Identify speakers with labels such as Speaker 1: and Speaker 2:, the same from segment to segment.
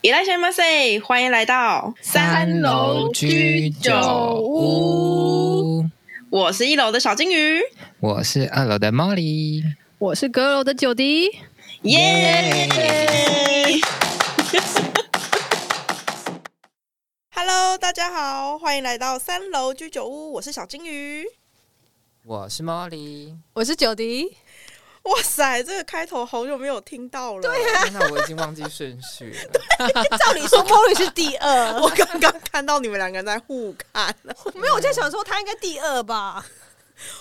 Speaker 1: 伊拉先马塞，欢迎来到
Speaker 2: 三楼居酒屋。
Speaker 1: 我是一楼的小金鱼，
Speaker 2: 我是二楼的 Molly，
Speaker 3: 我是阁楼的九迪。
Speaker 1: 耶 ！Hello，大家好，欢迎来到三楼居酒屋，我是小金鱼。
Speaker 2: 我是 Molly。
Speaker 3: 我是九迪，
Speaker 1: 哇塞，这个开头好久没有听到了。对
Speaker 2: 天哪，我已经忘记顺序了。
Speaker 4: 啊照理 说 Polly 是第二，
Speaker 1: 我刚刚看到你们两个人在互看。
Speaker 4: 没有，我在想说他应该第二吧。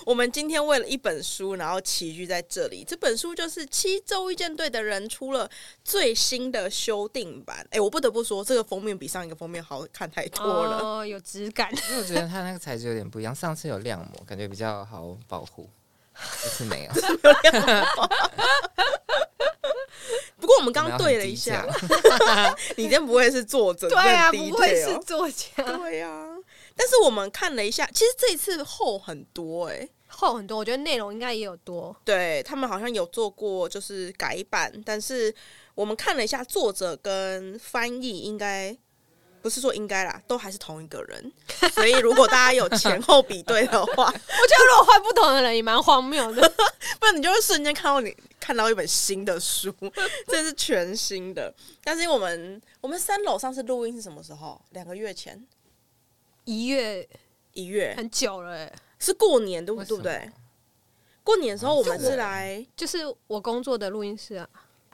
Speaker 1: 我们今天为了一本书，然后齐聚在这里。这本书就是七周遇见对的人出了最新的修订版。哎，我不得不说，这个封面比上一个封面好看太多了。
Speaker 4: 哦，有质 感。
Speaker 2: 因为我觉得它那个材质有点不一样，上次有亮膜，感觉比较好保护，这次没有。
Speaker 1: 不过我们刚刚对了一下
Speaker 2: 我，们要很低
Speaker 1: 你真不会是作者？
Speaker 4: 对啊，
Speaker 1: 你真
Speaker 4: 不
Speaker 1: 的
Speaker 4: 愧
Speaker 1: detail
Speaker 4: 是作家，
Speaker 1: 对呀、但是我们看了一下，其实这一次厚很多哎、
Speaker 4: 厚很多。我觉得内容应该也有多。
Speaker 1: 对他们好像有做过就是改版，但是我们看了一下作者跟翻译，应该不是说应该啦，都还是同一个人。所以如果大家有前后比对的话，
Speaker 4: 我觉得如果换不同的人也蛮荒谬 的。
Speaker 1: 不然你就会瞬间看到你看到一本新的书，这是全新的。但是因为我们我们三楼上次录音是什么时候？两个月前，
Speaker 4: 一月
Speaker 1: 一月
Speaker 4: 很久了、欸，
Speaker 1: 是过年对不
Speaker 2: 为什
Speaker 1: 对
Speaker 2: 么
Speaker 1: 不对？过年的时候我们是来，
Speaker 4: 就是我工作的录音室啊。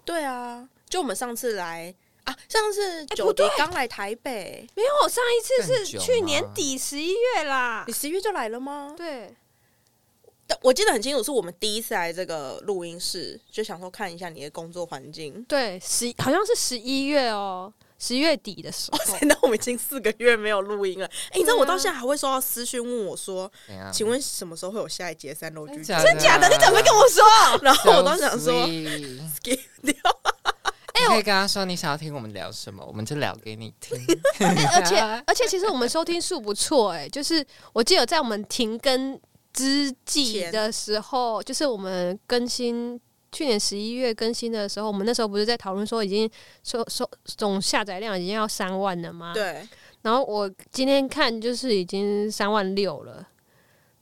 Speaker 1: 对啊，就我们上次来啊，上次
Speaker 4: 不
Speaker 1: 九迪
Speaker 4: 对
Speaker 1: 刚来台北，
Speaker 4: 没有，上一次
Speaker 2: 更
Speaker 4: 是
Speaker 2: 久
Speaker 4: 去
Speaker 2: 吗
Speaker 4: 年底十一月啦
Speaker 1: 你。十月就来了吗？
Speaker 4: 对，
Speaker 1: 但我记得很清楚，是我们第一次来这个录音室，就想说看一下你的工作环 境。
Speaker 4: 对，十好像是十一月哦，十月底的时候。
Speaker 1: 哦现在我们已经四个月没有录 音了，哎、你知道
Speaker 4: 对啊
Speaker 1: 我到现在还会收到私讯问我说，
Speaker 2: 怎样
Speaker 1: 请问什么时候会有下一节三楼剧？
Speaker 2: 啊真
Speaker 4: 真假的？你怎么没跟我说？
Speaker 1: 然后我都想说
Speaker 2: So，sweet
Speaker 1: 给
Speaker 2: 你可以跟他说你想要听我们聊什么，我们就聊给你听。
Speaker 4: 欸 而且而且，其实我们收听数不错哎、就是我记得在我们停更之际
Speaker 1: 前
Speaker 4: 的时候，就是我们更新去年十一月更新的时候，我们那时候不是在讨论说已经收收总下载量已经要三万了吗？。
Speaker 1: 对，
Speaker 4: 然后我今天看就是已经三万六了，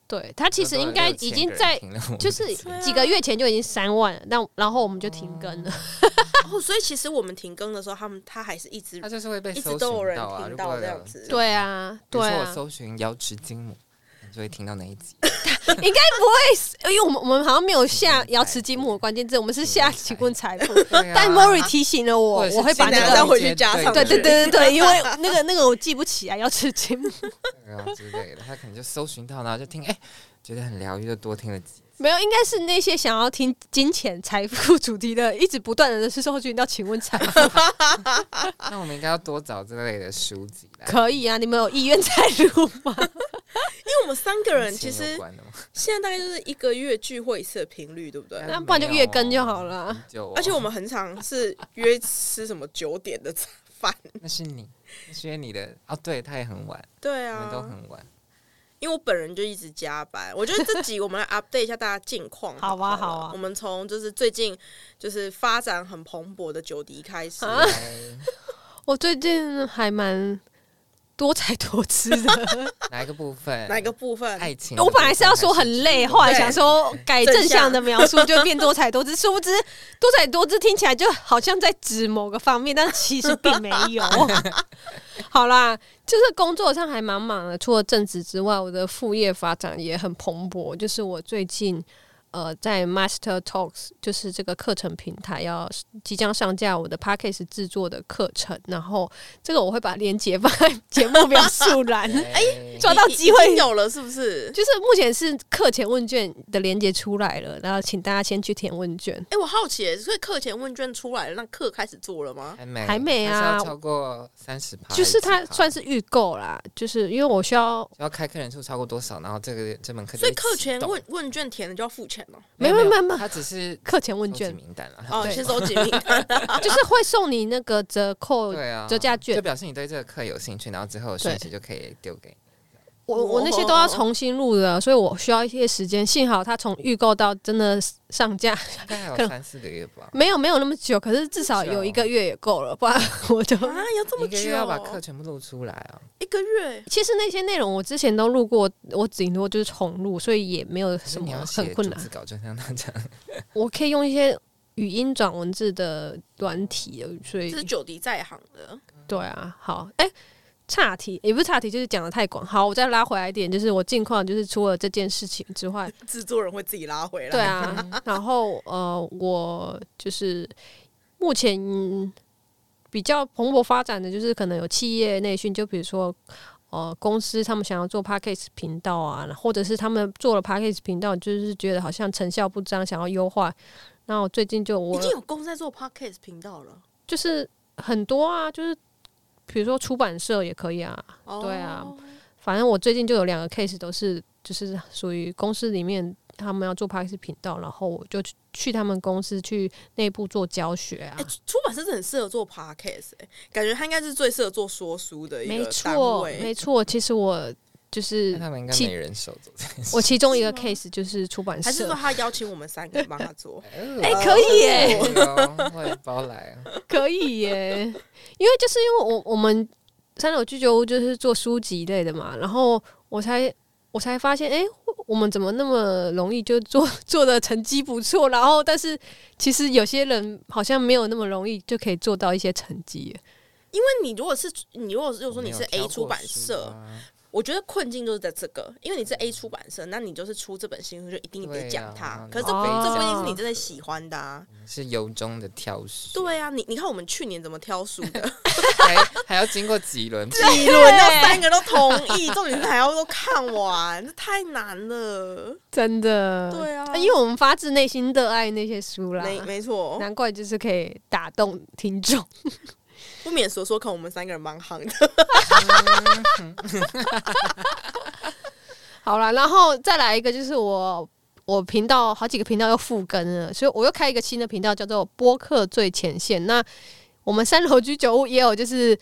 Speaker 4: 对，它其实应该已经在。就是几个月前就已经三万了，那然后我们就停更了。
Speaker 1: 哦，所以其实我们停更的时候，他们他还是一直
Speaker 2: 他就是会被
Speaker 1: 一
Speaker 2: 搜
Speaker 1: 直都有
Speaker 2: 寻
Speaker 1: 人
Speaker 2: 到啊。
Speaker 1: 听
Speaker 2: 如
Speaker 1: 到
Speaker 2: 果
Speaker 1: 这样子，
Speaker 4: 对啊，
Speaker 2: 比
Speaker 4: 对
Speaker 2: 如说
Speaker 4: 啊
Speaker 2: 我。搜寻腰肢筋膜，你就会听到那一集。
Speaker 4: 应该不会是，因为我们我们好像没有下瑶池金木的关键字，我们是下奇棍财富。
Speaker 2: 啊
Speaker 4: 但 Mori 提醒了我，我会把
Speaker 1: 金
Speaker 4: 那
Speaker 1: 蛋再
Speaker 4: 个
Speaker 1: 回去加上
Speaker 4: 对对
Speaker 1: 去
Speaker 4: 对对对，因为那个那个我记不起来瑶池金木，
Speaker 2: 然后之类的，他可能就搜寻到，然后就听，哎、觉得很疗愈，就多听了几。
Speaker 4: 没有，应该是那些想要听金钱财富主题的，一直不断的是搜寻到请问财富，
Speaker 2: 那我们应该要多找这类的书籍来。
Speaker 4: 可以啊，你们有意愿再录吗？
Speaker 1: 因为我们三个人
Speaker 2: 跟
Speaker 1: 其
Speaker 2: 钱有
Speaker 1: 实
Speaker 2: 关的吗
Speaker 1: 现在大概就是一个月聚会一次的频率，对不对？
Speaker 4: 那不然就月更就好了。
Speaker 2: 很久哦
Speaker 1: 而且我们很常是约吃什么九点的饭，
Speaker 2: 那是你，那是因为你的哦，对，他也很晚，
Speaker 1: 对
Speaker 2: 我们都
Speaker 1: 啊，
Speaker 2: 很晚。
Speaker 1: 因为我本人就一直加班。我觉得这集我们来 update 一下大家近况。
Speaker 4: 好啊
Speaker 1: 吧，
Speaker 4: 好啊
Speaker 1: 我们从就是最近就是发展很蓬勃的九迪开始，
Speaker 4: 啊
Speaker 2: 来
Speaker 4: 我最近还蛮多才多姿的，
Speaker 2: 哪一个部分？
Speaker 1: 哪一个部分？
Speaker 2: 爱情？
Speaker 4: 我本来是要说很累，后来想说改正向的描述就变多彩多姿，殊不知多彩多姿听起来就好像在指某个方面，但其实并没 有。好啦，就是工作上还蛮忙的，除了正职之外，我的副业发展也很蓬勃。就是我最近呃在 Master Talks，就是这个课程平台要即将上架我的 p a c k a g e 制作的课程，然后这个我会把链接放在节目描述栏，
Speaker 2: 哎、
Speaker 4: 抓到
Speaker 1: 已
Speaker 4: 机会
Speaker 1: 已经有了，是不是？
Speaker 4: 就是目前是课前问卷的连接出来了，然后请大家先去填问卷。
Speaker 1: 哎、我好奇耶，所以课前问卷出来了，那课开始做了吗？
Speaker 2: 还没
Speaker 4: 还没啊
Speaker 2: 还是要超过三十趴，
Speaker 4: 就是它
Speaker 2: 它
Speaker 4: 算是预购啦，就是因为我需要，
Speaker 2: 要开课人数超过多少，然后这个这门课就
Speaker 1: 所以
Speaker 2: 一起
Speaker 1: 课前
Speaker 2: 动
Speaker 1: 问问卷填了就要付钱了。
Speaker 4: 没有没有没有没有
Speaker 2: 他只是
Speaker 4: 课前问
Speaker 2: 收集
Speaker 4: 卷
Speaker 2: 名单啊了。
Speaker 1: 哦，
Speaker 4: 对
Speaker 1: 先收集名 单。
Speaker 4: 就是会送你那个折扣
Speaker 2: 对啊，
Speaker 4: 折价券
Speaker 2: 就表示你对这个课有兴趣，然后之后的讯息就可以丢给你。
Speaker 4: 我我那些都要重新录的，所以我需要一些时间。幸好它从预购到真的上架，
Speaker 2: 大概还
Speaker 4: 可
Speaker 2: 有
Speaker 4: 能
Speaker 2: 三四个月吧。
Speaker 4: 没有没有那么久，可是至少
Speaker 2: 是哦
Speaker 4: 有一个月也够了，不然 我就。
Speaker 1: 啊，要这么
Speaker 2: 一个
Speaker 1: 久，哦
Speaker 2: 月要把课全部录出来啊！
Speaker 1: 一个月
Speaker 4: 其实那些内容我之前都录过，我顶多就是重录，所以也没有
Speaker 2: 可是
Speaker 4: 什
Speaker 2: 你
Speaker 4: 么
Speaker 2: 要
Speaker 4: 很
Speaker 2: 写
Speaker 4: 困
Speaker 2: 逐
Speaker 4: 难。
Speaker 2: 字稿，就像他讲，
Speaker 4: 我可以用一些语音转文字的软体，所以
Speaker 1: 这是九迪在行的，
Speaker 4: 对啊，好，哎、岔题也不是岔题，就是讲的太广。好，我再拉回来一点，就是我近况，就是除了这件事情之外，
Speaker 1: 制作人会自己拉回来。
Speaker 4: 对啊，然后呃，我就是目前比较蓬勃发展的，就是可能有企业内训，就比如说。呃，公司他们想要做 p a c k a g e 频道啊，或者是他们做了 p a c k a g e 频道，就是觉得好像成效不彰，想要优化。那我最近就我
Speaker 1: 已经有公司在做 podcast 频道了。
Speaker 4: 就是很多啊，就是比如说出版社也可以啊，
Speaker 1: 哦
Speaker 4: 对啊，反正我最近就有两个 case 都是就是属于公司里面他们要做 p a c k a g e 频道，然后我就去去他们公司去内部做教学啊
Speaker 1: 哎、。出版社真的很适合做 podcast，、欸、感觉他应该是最适合做说书的一
Speaker 4: 没
Speaker 1: 哎个单
Speaker 4: 错，没
Speaker 1: 位。
Speaker 4: 错。其实我就
Speaker 2: 那
Speaker 4: 是
Speaker 2: 他们应该
Speaker 4: 其
Speaker 2: 没人手做这件事。
Speaker 4: 嗯我其中一个
Speaker 1: 是吗
Speaker 4: case 就是出版
Speaker 1: 还是
Speaker 4: 社
Speaker 1: 说，他邀请我们三个帮他做？
Speaker 2: 哎
Speaker 4: 可以耶
Speaker 2: 我也包来啊！
Speaker 4: 可以耶，因为就是因为我我们三楼居酒屋就是做书籍类的嘛，然后我才我才发现，哎、我们怎么那么容易就做 做的成绩不错，然后但是其实有些人好像没有那么容易就可以做到一些成绩。
Speaker 1: 因为你如果是你如果是说你是
Speaker 2: 我没有
Speaker 1: A 出版
Speaker 2: 挑
Speaker 1: 社，
Speaker 2: 过书啊
Speaker 1: 我觉得困境就是在这个，因为你是 A 出版社，那你就是出这本新书就一定得讲它，
Speaker 2: 对啊
Speaker 1: 可是这、
Speaker 4: 哦
Speaker 1: 这不一定是你真的喜欢的啊。
Speaker 2: 是由衷的挑选，
Speaker 1: 对啊，你你看我们去年怎么挑书的，
Speaker 2: 还还要经过几轮，
Speaker 1: 几轮要三个都同意，重点是还要都看完，这太难了。
Speaker 4: 真的，
Speaker 1: 对啊
Speaker 4: 因为我们发自内心热爱那些书啦，
Speaker 1: 没没错，
Speaker 4: 难怪就是可以打动听众。
Speaker 1: 不免说说看，我们三个人蛮夯的。
Speaker 4: 好了，然后再来一个就是我我频道好几个频道又复更了，所以我又开一个新的频道叫做播客最前线。那我们三楼居酒屋也有就是。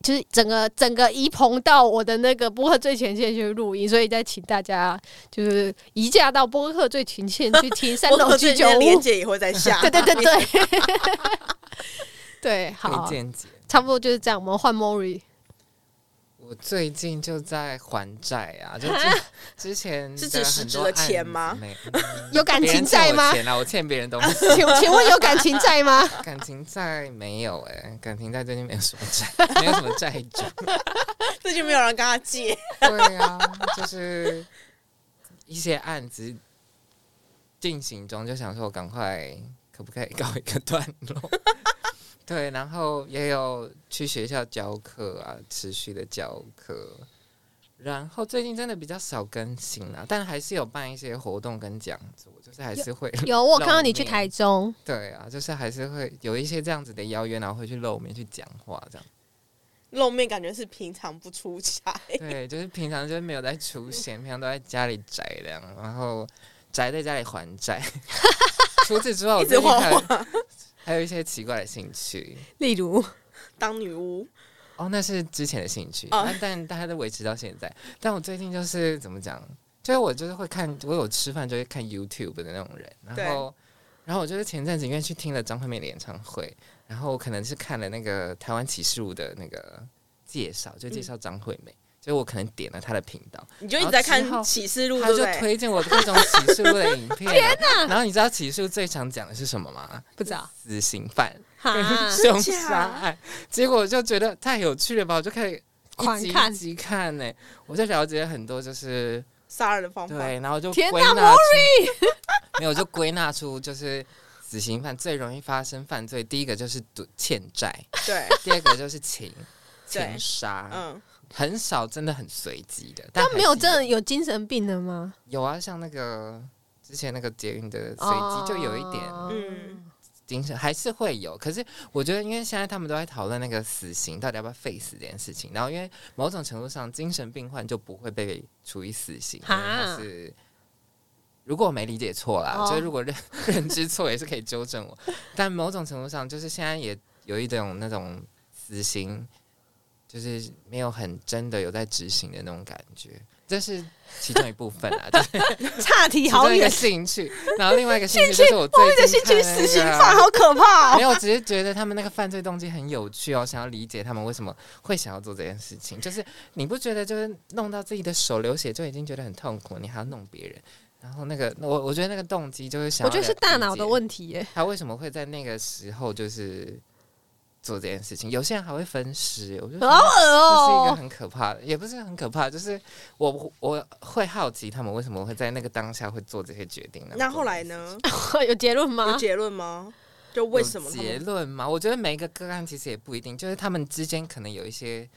Speaker 4: 就是整个整个移棚到我的那个播客最前线去录音，所以再请大家就是移驾到播客最前线去听三楼居酒
Speaker 1: 的连
Speaker 4: 屋。
Speaker 1: 接也会在 下，
Speaker 4: 对对对对，对，
Speaker 2: 可以
Speaker 4: 好，
Speaker 2: 见解。
Speaker 4: 差不多就是这样。我们换 Mori，
Speaker 2: 我最近就在还债 啊，就之之前
Speaker 1: 是
Speaker 2: 的
Speaker 1: 指实
Speaker 2: 很
Speaker 1: 质
Speaker 2: 多
Speaker 1: 的钱
Speaker 2: 案子
Speaker 1: 吗
Speaker 2: 没
Speaker 4: 有感
Speaker 2: 别
Speaker 4: 情
Speaker 2: 人欠
Speaker 4: 债
Speaker 2: 我
Speaker 4: 吗？
Speaker 2: 钱啊，我欠别人东西。
Speaker 4: 请请问有感情债吗？
Speaker 2: 感情债没有哎、感情债最近没有什么债，没 有什么债主。
Speaker 1: 最近没有人跟他借，
Speaker 2: 对啊，就是一些案子进行中，就想说我赶快可不可以告一个段落？对，然后也有去学校教课啊，持续的教课。然后最近真的比较少更新啦、但还是有办一些活动跟讲座，就是还是会
Speaker 4: 有，我有看到你去
Speaker 2: 露面
Speaker 4: 台 中，
Speaker 2: 对啊，就是还是会有一些这样子的邀约，然后会去露面去讲话这样。
Speaker 1: 露面感觉是平常不出差，
Speaker 2: 对，就是平常就是没有在出现，平常都在家里宅这样，然后宅在家里还债。 除此之外，我
Speaker 1: 一直
Speaker 2: 最近
Speaker 1: 画
Speaker 2: 还有
Speaker 1: 画
Speaker 2: 还有一些奇怪的兴趣。
Speaker 4: 例如，
Speaker 1: 当女巫。
Speaker 2: 哦，那是之前的兴趣，
Speaker 1: 哦
Speaker 2: 但但大家都维持到现在。但我最近就是怎么讲，就是我就是会看，我有吃饭就会看 YouTube 的那种人，
Speaker 1: 对
Speaker 2: 然后然后我就是前阵子因为去听了张惠妹的演唱会，然后我可能是看了那个台湾启示录的那个介绍，就
Speaker 1: 嗯
Speaker 2: 介绍张惠妹。所以我可能点了她的频道，
Speaker 1: 你就一直在
Speaker 2: 然后
Speaker 1: 看
Speaker 2: 之
Speaker 1: 启示录，
Speaker 2: 他
Speaker 1: 对不
Speaker 2: 就
Speaker 1: 对？
Speaker 2: 推荐我各种起诉的影片。天哪！然后你知道起诉最常讲的是什么吗？
Speaker 4: 不知道，啊
Speaker 2: 死刑犯、跟
Speaker 4: 哈，
Speaker 2: 凶
Speaker 1: 真假
Speaker 2: 杀案。结果我就觉得太有趣了吧，我就开始一
Speaker 4: 狂
Speaker 2: 集
Speaker 4: 看
Speaker 2: 一集看呢、我就了解很多，就是
Speaker 1: 杀人的方法，
Speaker 2: 对，然后就
Speaker 4: 天哪
Speaker 2: 归纳出， 没有就归纳出就是。死刑犯最容易发生犯罪，第一个就是赌欠债，
Speaker 1: 对
Speaker 2: 第二个就是情
Speaker 1: 对
Speaker 2: 情，杀，
Speaker 1: 嗯，
Speaker 2: 很少真的很随机的。但
Speaker 4: 他没有
Speaker 2: 还是
Speaker 4: 真的有精神病的吗？
Speaker 2: 有啊，像那个之前那个捷运的随机就有一点
Speaker 4: 哦
Speaker 1: 嗯，
Speaker 2: 精神，还是会有。可是我觉得，因为现在他们都在讨论那个死刑到底要不要废死这件事情，然后因为某种程度上，精神病患就不会被处以死刑，因为
Speaker 4: 哈
Speaker 2: 他是。如果我没理解错啦，
Speaker 4: 哦
Speaker 2: 就是如果认认知错也是可以纠正我。但某种程度上，就是现在也有一种那种死刑就是没有很真的有在执行的那种感觉，这是其中一部分啊，就是
Speaker 4: 差题
Speaker 2: 其
Speaker 4: 好
Speaker 2: 中一个
Speaker 4: 远，
Speaker 2: 兴趣。然后另外一个兴趣就是我最近看的那个
Speaker 4: 好可怕
Speaker 2: 没有，只是觉得他们那个犯罪动机很有趣哦，想要理解他们为什么会想要做这件事情。就是你不觉得，就是弄到自己的手流血就已经觉得很痛苦，你还要弄别人，然后那个我我觉得那个动机就是想，
Speaker 4: 我觉得是大脑的
Speaker 2: 题，
Speaker 4: 问题耶。
Speaker 2: 他为什么会在那个时候就是做这件事情？有些人还会分尸，我就觉得
Speaker 4: 好恶
Speaker 2: 这是一个
Speaker 4: 哦、
Speaker 2: 很可怕的，也不是很可怕，就是我我会好奇他们为什么会在那个当下会做这些决定。
Speaker 1: 那后来？呢？
Speaker 4: 有结论吗
Speaker 1: 有？结论吗？就为什么
Speaker 2: 啊有
Speaker 1: 他
Speaker 2: 结
Speaker 1: 们？
Speaker 2: 论吗？我觉得每一个个案其实也不一定，就是他们之间可能有一些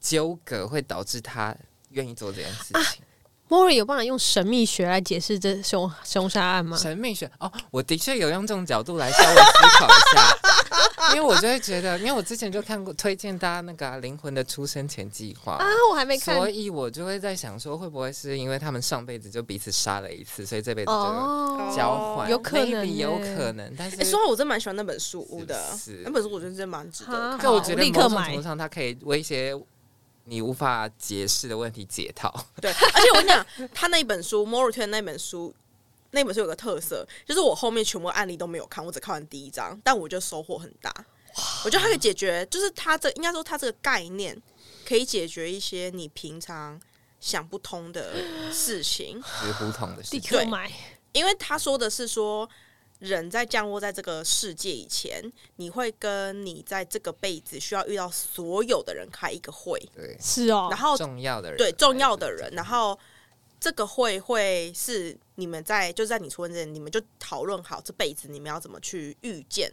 Speaker 2: 纠葛，会导致他愿意做这件
Speaker 1: 啊
Speaker 2: 事情。
Speaker 4: 莫瑞有办法用神秘学来解释这凶凶杀案吗？
Speaker 2: 神秘学哦，我的确有用这种角度来稍微思考一下，因为我就会觉得，因为我之前就看过推荐大家那个啊、灵魂的出生前计 划》
Speaker 4: 啊，我还没看
Speaker 2: 所以我就会在想说，会不会是因为他们上辈子就彼此杀了一次，所以这辈子就
Speaker 4: 哦，
Speaker 2: 交换、
Speaker 4: 有可能
Speaker 2: maybe
Speaker 4: 欸
Speaker 2: 有可能，但是
Speaker 1: 哎、说到我真蛮喜欢那本书的，
Speaker 2: 是是
Speaker 1: 那本书我觉得真的蛮值得
Speaker 4: 哈
Speaker 1: 看的。
Speaker 2: 就我觉得
Speaker 4: 立
Speaker 2: 某
Speaker 4: 刻
Speaker 2: 种
Speaker 4: 买
Speaker 2: 程度上，它可以为一些你无法解释的问题解套。
Speaker 1: 对，而且我跟你讲，他那一本书《摩尔特》那本书，那本书有个特色，就是我后面全部案例都没有看，我只看完第一章，但我就收获很大。我觉得它可以解决，就是它这应该说它这个概念可以解决一些你平常想不通的事情，
Speaker 2: 就是胡同的事
Speaker 4: 立
Speaker 2: 情。
Speaker 4: 刻买，
Speaker 1: 因为他说的是说。人在降落在这个世界以前，你会跟你在这个辈子需要遇到所有的人开一个会，
Speaker 2: 对，
Speaker 4: 是哦
Speaker 1: 然，后
Speaker 2: 重要的人，
Speaker 1: 对重要的人，然后这个会会是你们在就在你出生之前，你们就讨论好这辈子你们要怎么去遇见。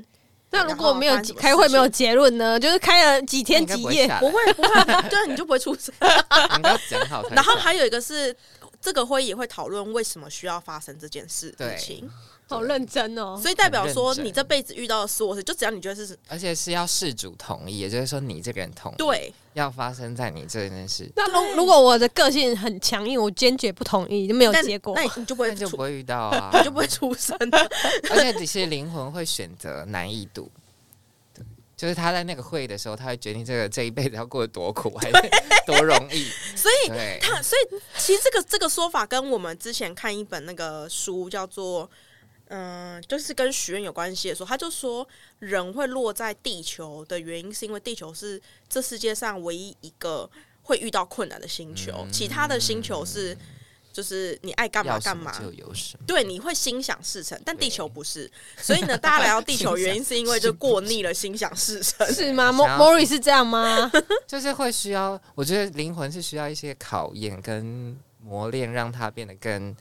Speaker 4: 那如果没有
Speaker 1: 然后发生什么
Speaker 4: 开会
Speaker 1: 事
Speaker 4: 没
Speaker 1: 情
Speaker 4: 有结论呢？就是开了几天几夜，
Speaker 1: 不
Speaker 2: 我
Speaker 1: 会 不会，对，你就不会出生。
Speaker 2: 们要讲好才。
Speaker 1: 然后还有一个是这个会也会讨论为什么需要发生这件事
Speaker 2: 对
Speaker 1: 情，
Speaker 4: 好认真哦。
Speaker 1: 所以代表说
Speaker 2: 很认真
Speaker 1: 你这辈子遇到的所有事，就只要你觉得是
Speaker 2: 而且是要事主同意，也就是说你这个人同意，，
Speaker 1: 对，
Speaker 2: 要发生在你这件事，
Speaker 4: 那如如果我的个性很强硬，我坚决不同意，就没有
Speaker 1: 那
Speaker 4: 结果
Speaker 1: 那。你就不
Speaker 2: 那
Speaker 1: 会
Speaker 2: 就不
Speaker 1: 出，
Speaker 2: 会遇到 啊，
Speaker 1: 你就不会。出生。
Speaker 2: 而且这些灵魂会选择难易度。就是他在那个会的时候，他会决定这个这一辈子要过得多苦还是 多容 易。
Speaker 1: 所以
Speaker 2: 对，
Speaker 1: 他所以其实这个这个说法跟我们之前看一本那个书叫做。嗯，就是跟许愿有关系的时候，他就说人会落在地球的原因，是因为地球是这世界上唯一一个会遇到困难的星球，
Speaker 2: 嗯
Speaker 1: 其他的星球是就是你爱干嘛
Speaker 2: 要什
Speaker 1: 干
Speaker 2: 么
Speaker 1: 嘛，
Speaker 2: 就有什么。
Speaker 1: 对，你会心想事成，但地
Speaker 2: 对
Speaker 1: 球不是，所以 呢，大家来到地球
Speaker 2: 心想
Speaker 1: 原因是因为就过腻了心想事成，
Speaker 4: 是吗？
Speaker 2: 想
Speaker 4: 莫
Speaker 2: 要
Speaker 4: 莫瑞是这 样吗？
Speaker 2: 就是会需要，我觉得灵魂是需要一些考验跟磨练，让它变得更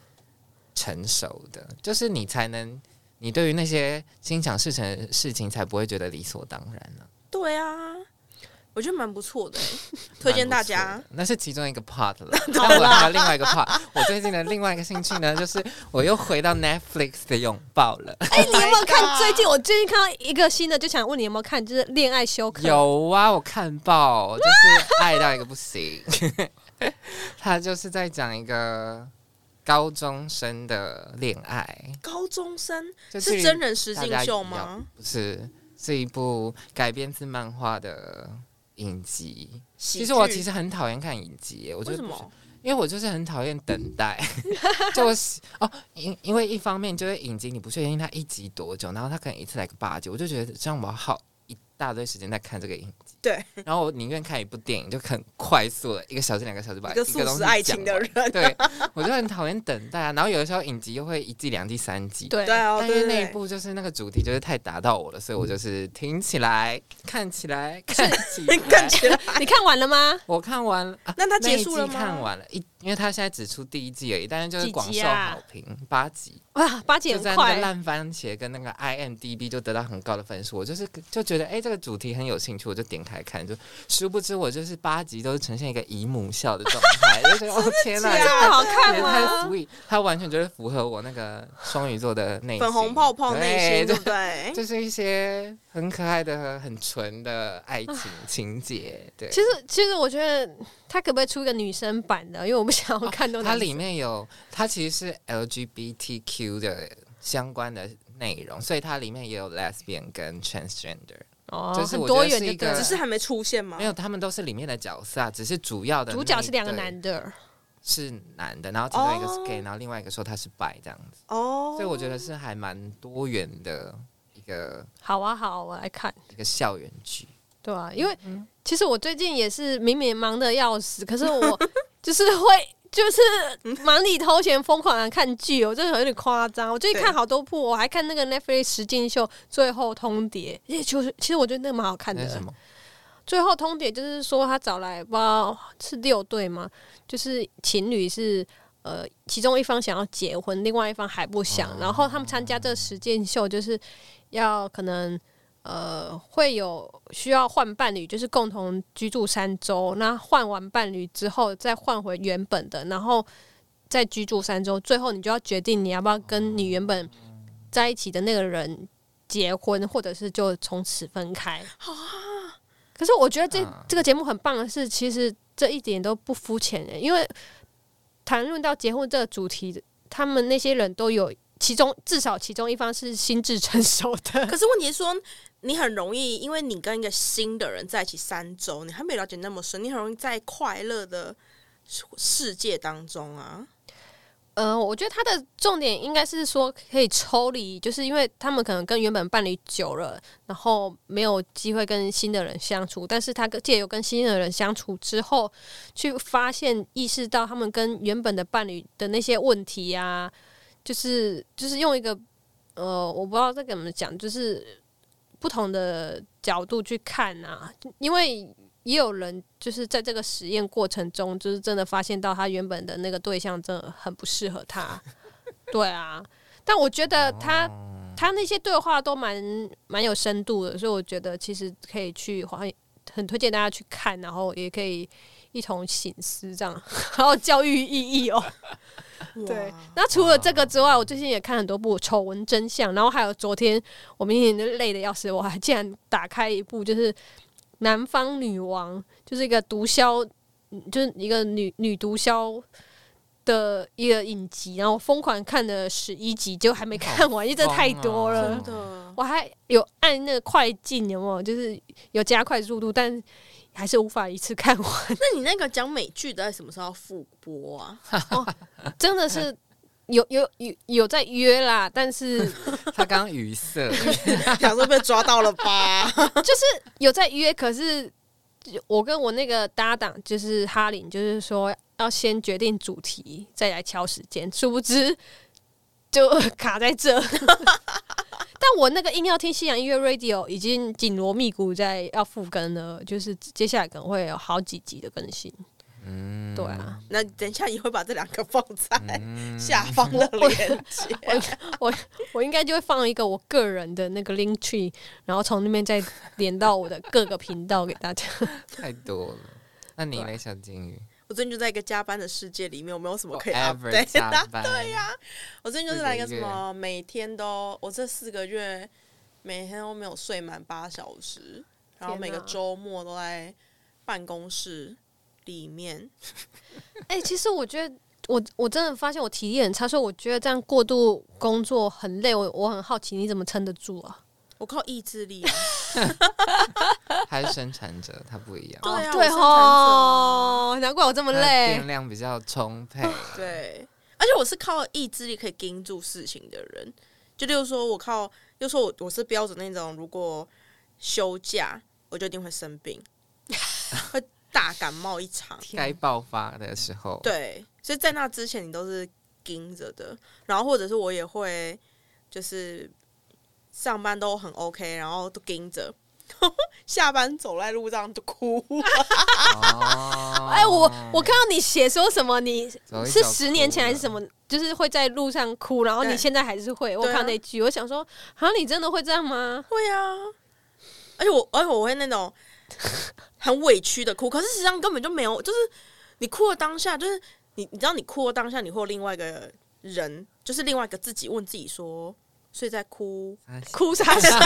Speaker 2: 成熟的，就是你才能，你对于那些心想事成的事情才不会觉得理所当然了、
Speaker 1: 对啊，我觉得蛮不错的欸、 推荐大家。
Speaker 2: 蛮不错的，那是其中一个 part 了。但我还有另外一个 part，我最近的另外一个兴趣呢，就是我又回到 Netflix 的拥抱 了。
Speaker 4: 哎、你有没有看？最近我最近看到一个新的，就想问你有没有看，就是《恋爱休克》。
Speaker 2: 有啊，我看爆，就是爱到一个不行。 他就是在讲一个高中生的恋爱，
Speaker 1: 高中生
Speaker 2: 就是
Speaker 1: 真人实境秀吗？
Speaker 2: 不是，是一部改编自漫画的影集。
Speaker 1: 喜
Speaker 2: 其
Speaker 1: 剧
Speaker 2: 实我其实很讨厌看影集耶，我觉
Speaker 1: 为
Speaker 2: 得
Speaker 1: 什
Speaker 2: 不是
Speaker 1: 么？
Speaker 2: 因为我就是很讨厌等待， 就我喜哦，因因为一方面就是影集你不确定它一集多久，然后它可能一次来个八集，我就觉得这样我要耗一大堆时间在看这个影集。
Speaker 1: 对，
Speaker 2: 然后我宁愿看一部电影，就很快速的一个小时、两个小时把
Speaker 1: 一个
Speaker 2: 东
Speaker 1: 素
Speaker 2: 西
Speaker 1: 食爱情的
Speaker 2: 讲
Speaker 1: 人，
Speaker 2: 完。 对，我就很讨厌等待啊。然后有的时候影集又会一季、两季、三季，
Speaker 4: 对
Speaker 1: 对哦，
Speaker 2: 但
Speaker 1: 对
Speaker 2: 是
Speaker 1: 对
Speaker 2: 那一
Speaker 1: 对，
Speaker 2: 部就是那个主题就是太打到我了，所以我就是听起来、看 起来、看起
Speaker 1: 看
Speaker 2: 来。
Speaker 1: 起来，
Speaker 4: 你看完了吗？
Speaker 2: 我看完了，啊、
Speaker 1: 那它结束了
Speaker 2: 那一
Speaker 1: 吗
Speaker 2: 季看完了，一因为它现在只出第一季而已，但是就是
Speaker 4: 几
Speaker 2: 广
Speaker 4: 集
Speaker 2: 受
Speaker 4: 啊
Speaker 2: 好评，八集，
Speaker 4: 哇，八姐
Speaker 2: 就在
Speaker 4: 很
Speaker 2: 那个
Speaker 4: 快，
Speaker 2: 烂番茄跟那个 IMDB 就得到很高的分数。我就是就觉得，哎、这个主题很有兴趣，我就点开看，就殊不知我就是八集都是呈现一个姨母笑的状 态，就觉得哦天哪，
Speaker 4: 这么好看
Speaker 2: 也太
Speaker 4: 吗？
Speaker 2: sweet，它完全就是符合我那个双鱼座的内心
Speaker 1: 粉红泡泡内心，
Speaker 2: 对
Speaker 1: 对不对？
Speaker 2: 就是一些很可爱的、很纯的爱情情节。对，
Speaker 4: 其实，其实我觉得他可不可以出一个女生版的？因为我不想要看到
Speaker 2: 它
Speaker 4: 男
Speaker 2: 里面有，它其实是 LGBTQ 的相关的内容，所以它里面也有 lesbian 跟 transgender。
Speaker 4: 哦，
Speaker 2: 就是
Speaker 4: 很
Speaker 2: 我觉
Speaker 4: 多
Speaker 2: 得
Speaker 4: 元
Speaker 2: 是
Speaker 4: 就
Speaker 2: 一个
Speaker 4: 对了
Speaker 1: 只是还没出现吗？
Speaker 2: 没有，他们都是里面的角色啊，只是主要的
Speaker 4: 哦主角是
Speaker 2: 那
Speaker 4: 两个
Speaker 2: 对
Speaker 4: 男的，
Speaker 2: 是男的，然后其中一个是
Speaker 1: 哦
Speaker 2: gay，、然后另外一个说他是 bi 这样子，
Speaker 1: 哦，
Speaker 2: 所以我觉得是还蛮多元的一个
Speaker 4: 好啊好啊，我来看。
Speaker 2: 一个校园剧。
Speaker 4: 对啊，因为其实我最近也是明明忙得要死，可是我就是会就是忙里偷闲，疯狂的看剧，我真的有点夸张。我最近
Speaker 1: 对
Speaker 4: 看好多部，我还看那个 Netflix 实境秀《最后通牒》，也就是其实我觉得那个蛮好看
Speaker 2: 那
Speaker 4: 的
Speaker 2: 是。什么？
Speaker 4: 最后通牒就是说他找来不知道是六对吗？就是情侣是呃，其中一方想要结婚，另外一方还不想，然后他们参加这个实践秀，就是要可能呃会有需要换伴侣，就是共同居住三周，那换完伴侣之后再换回原本的，然后再居住三周，最后你就要决定你要不要跟你原本在一起的那个人结婚，或者是就从此分开。可是我觉得这、
Speaker 2: 嗯
Speaker 4: 这个节目很棒的是，其实这一点都不肤浅诶，因为谈论到结婚这个主题，他们那些人都有，其中至少其中一方是心智成熟的。
Speaker 1: 可是问题是说，你很容易，因为你跟一个新的人在一起三周，你还没了解那么深，你很容易在快乐的世界当中啊。
Speaker 4: 呃，我觉得他的重点应该是说可以抽离，就是因为他们可能跟原本伴侣久了，然后没有机会跟新的人相处，但是他跟借由跟新的人相处之后，去发现意识到他们跟原本的伴侣的那些问题呀、就是就是用一个呃，我不知道这个怎么讲，就是不同的角度去看啊，因为也有人就是在这个实验过程中，就是真的发现到他原本的那个对象真的很不适合他。对啊，但我觉得他、他那些对话都蛮蛮有深度的，所以我觉得其实可以去欢很推荐大家去看，然后也可以一同醒思这样， 好有教育意义哦。对
Speaker 1: 哇，
Speaker 4: 那除了这个之外，我最近也看很多部《丑闻真相》，然后还有昨天我明天就累的要死，我还竟然打开一部就是《南方女王》，就是一个毒枭，嗯就是一个女女毒枭的一个影集，然后我疯狂看了十一集，结果还没看完，因为这太多
Speaker 2: 好疯
Speaker 4: 了
Speaker 2: 哦。
Speaker 1: 真的
Speaker 4: 我还有按那个快进，有没有？就是有加快速度，但还是无法一次 看完。
Speaker 1: 那你那个讲美剧的在什么时候复播啊？
Speaker 4: 真的是有有有有在约啦，但是
Speaker 2: 他刚刚语 塞，
Speaker 1: 想说被抓到了吧？
Speaker 4: 就是有在约，可是我跟我那个搭档就是哈林，就是说要先决定主题，再来敲时间，殊不知就卡在这。 但我那个硬要听西洋音乐 Radio 已经紧锣密鼓在要复更了，就是接下来可能会有好几集的更新。
Speaker 2: 嗯，
Speaker 4: 对啊，
Speaker 1: 那等一下也会把这两个放在
Speaker 2: 嗯
Speaker 1: 下方的 链接。
Speaker 4: 我应该就会放一个我个人的那个 link tree，然后从那边再连到我的各个频道给大家。
Speaker 2: 太多了。那你嘞，小金鱼
Speaker 1: 我最近就在一个加班的世界里面，我没有什么可以
Speaker 2: ？Forever
Speaker 1: update
Speaker 4: 啊
Speaker 2: 加
Speaker 1: 的。
Speaker 2: 班，
Speaker 1: 对呀、我最近就是来一个
Speaker 2: 四个
Speaker 1: 什
Speaker 2: 月
Speaker 1: 么，每天都我这四个月每天都没有睡满八小时，然后每个
Speaker 4: 天哪
Speaker 1: 周末都在办公室里面。
Speaker 4: 哎、其实我觉得我我真的发现我体力很差，所以我觉得这样过度工作很累。我我很好奇你怎么撑得住啊？
Speaker 1: 我靠意志力啊、
Speaker 2: 还是生产者，他不一样，
Speaker 1: 对啊
Speaker 4: 哦
Speaker 1: 我生
Speaker 4: 对
Speaker 1: 产者啊
Speaker 4: 哦，难怪我这么
Speaker 2: 他的
Speaker 4: 累
Speaker 2: 电。量比较充沛。
Speaker 1: 对，而且我是靠意志力可以盯住事情的人。就例如说，我靠，就说我我是标准那种，如果休假，我就一定会生病，会大感冒一场。
Speaker 2: 该爆发的时候，
Speaker 1: 对，所以在那之前你都是盯着的，然后或者是我也会就是上班都很 OK，然后都盯着， 下班走在路上都哭。
Speaker 2: 哦，
Speaker 4: 哎、我我看到你写说什么，你
Speaker 2: 走一走
Speaker 4: 是十年前还是什么，就是会在路上哭，然后你
Speaker 1: 对
Speaker 4: 现在还是会。我
Speaker 1: 对啊
Speaker 4: 看那句，我想说，啊，你真的会这样吗？
Speaker 1: 会啊，而且我而且我会那种很委屈的哭，可是实际上根本就没有，就是你哭的当下，就是你你知道你哭的当下，你会有另外一个人，就是另外一个自己问自己说，所以在哭，
Speaker 2: 啊
Speaker 4: 哭啥啥？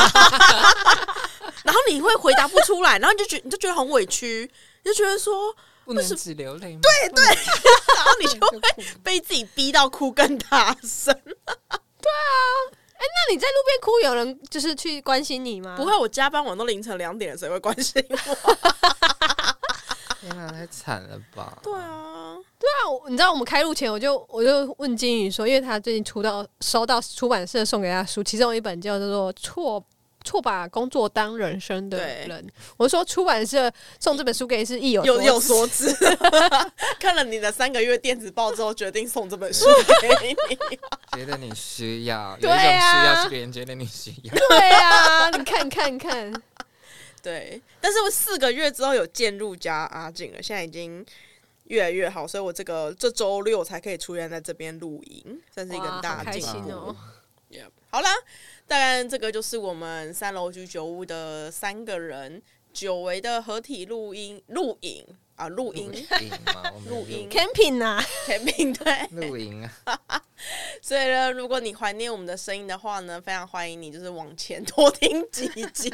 Speaker 1: 然后你会回答不出来，然后你就觉你就觉得很委屈，你就觉得说，
Speaker 2: 不能只流泪吗？对对，
Speaker 1: 然后你就会被自己逼到哭更大声。对啊，
Speaker 4: 那你在路边哭，有人就是去关心你吗？
Speaker 1: 不会，我加班晚到凌晨两点，谁会关心我？
Speaker 2: 天哪，太惨了吧！
Speaker 1: 对啊，
Speaker 4: 那我你知道我们开录前，我就我就问金宇说，因为他最近出到收到出版社送给他的书，其中一本叫做《错错把工作当人生的
Speaker 1: 对
Speaker 4: 人》，我说出版社送这本书给你是意有
Speaker 1: 有
Speaker 4: 有
Speaker 1: 有所指。 看了你的三个月电子报之后，决定送这本 书给你。
Speaker 2: 觉得你需要，有一
Speaker 4: 对
Speaker 2: 种需
Speaker 4: 啊
Speaker 2: 要是别人觉得你需要。
Speaker 4: 对啊，你看你看你看，
Speaker 1: 对，但是我四个月之后有渐入佳阿静了，现在已经越来越好，所以我这个这周六才可以出现在这边录音，算是一个
Speaker 4: 哇
Speaker 1: 很大
Speaker 2: 啊
Speaker 1: 的
Speaker 4: 好开
Speaker 1: 进
Speaker 4: 心
Speaker 1: 步。
Speaker 4: 哦！
Speaker 1: Yep 好啦，当然这个就是我们三楼居酒屋的三个人久违的合体录音录影啊，录
Speaker 2: 录
Speaker 1: 音
Speaker 2: 影吗？我们
Speaker 1: 录音
Speaker 4: camping 啊，
Speaker 1: 前面对。
Speaker 2: 录影啊，
Speaker 1: 所以呢，如果你怀念我们的声音的话呢，非常欢迎你就是往前多听几集。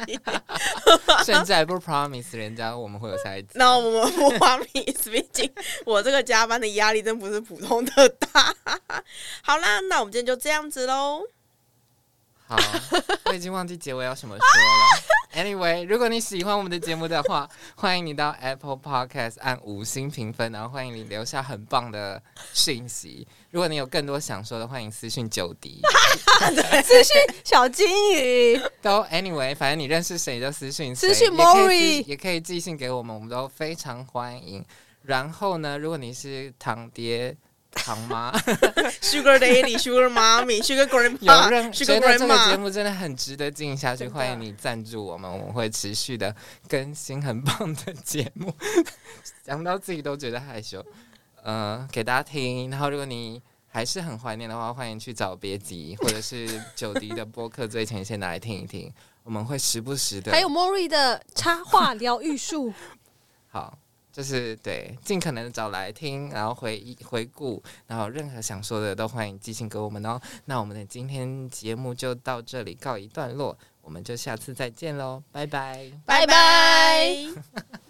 Speaker 2: 甚至还不 promise 人家我们会有下一集。
Speaker 1: 那我们不花米 speaking，我这个加班的压力真不是普通的大。 好啦，那我们今天就这样子 喽。
Speaker 2: 好， 我已经忘记结尾要什么说了。Anyway，如 果你喜欢我们的节目的话， 欢迎你到 Apple Podcast 按五星评分，然后欢迎你留下很棒的讯息。如果你有更多想说的，欢迎私讯九迪。
Speaker 4: 私讯小金鱼，
Speaker 2: 都 Anyway，反正你认识谁就私讯谁
Speaker 4: 私讯
Speaker 2: 也可以
Speaker 4: Maury
Speaker 2: 寄也可以寄信给我们，我们都非常欢迎。然后呢，如果你是堂爹、堂妈，
Speaker 1: Sugar Daddy、Sugar Mommy、Sugar
Speaker 2: 有
Speaker 1: Grandpa
Speaker 2: 任、、觉
Speaker 1: Sugar
Speaker 2: 得这个节
Speaker 1: Grandma，
Speaker 2: 目真的很值得进行下去，
Speaker 4: 真的
Speaker 2: 欢迎你赞助我们，我们会持续的更新很棒的节目。 讲到自己都觉得害羞，呃，给大家听。然后，如果你还是很怀念的话，欢迎去找别集或者是九迪的播客最前线拿来听一听。我们会时不时的，
Speaker 4: 还有 Mori 的插画疗愈术，
Speaker 2: 好，就是对，尽可能的找来听，然后回忆回顾，然后任何想说的都欢迎寄信给我们哦。那我们的今天节目就到这里告一段落，我们就下次再见喽，拜拜。
Speaker 1: 拜拜。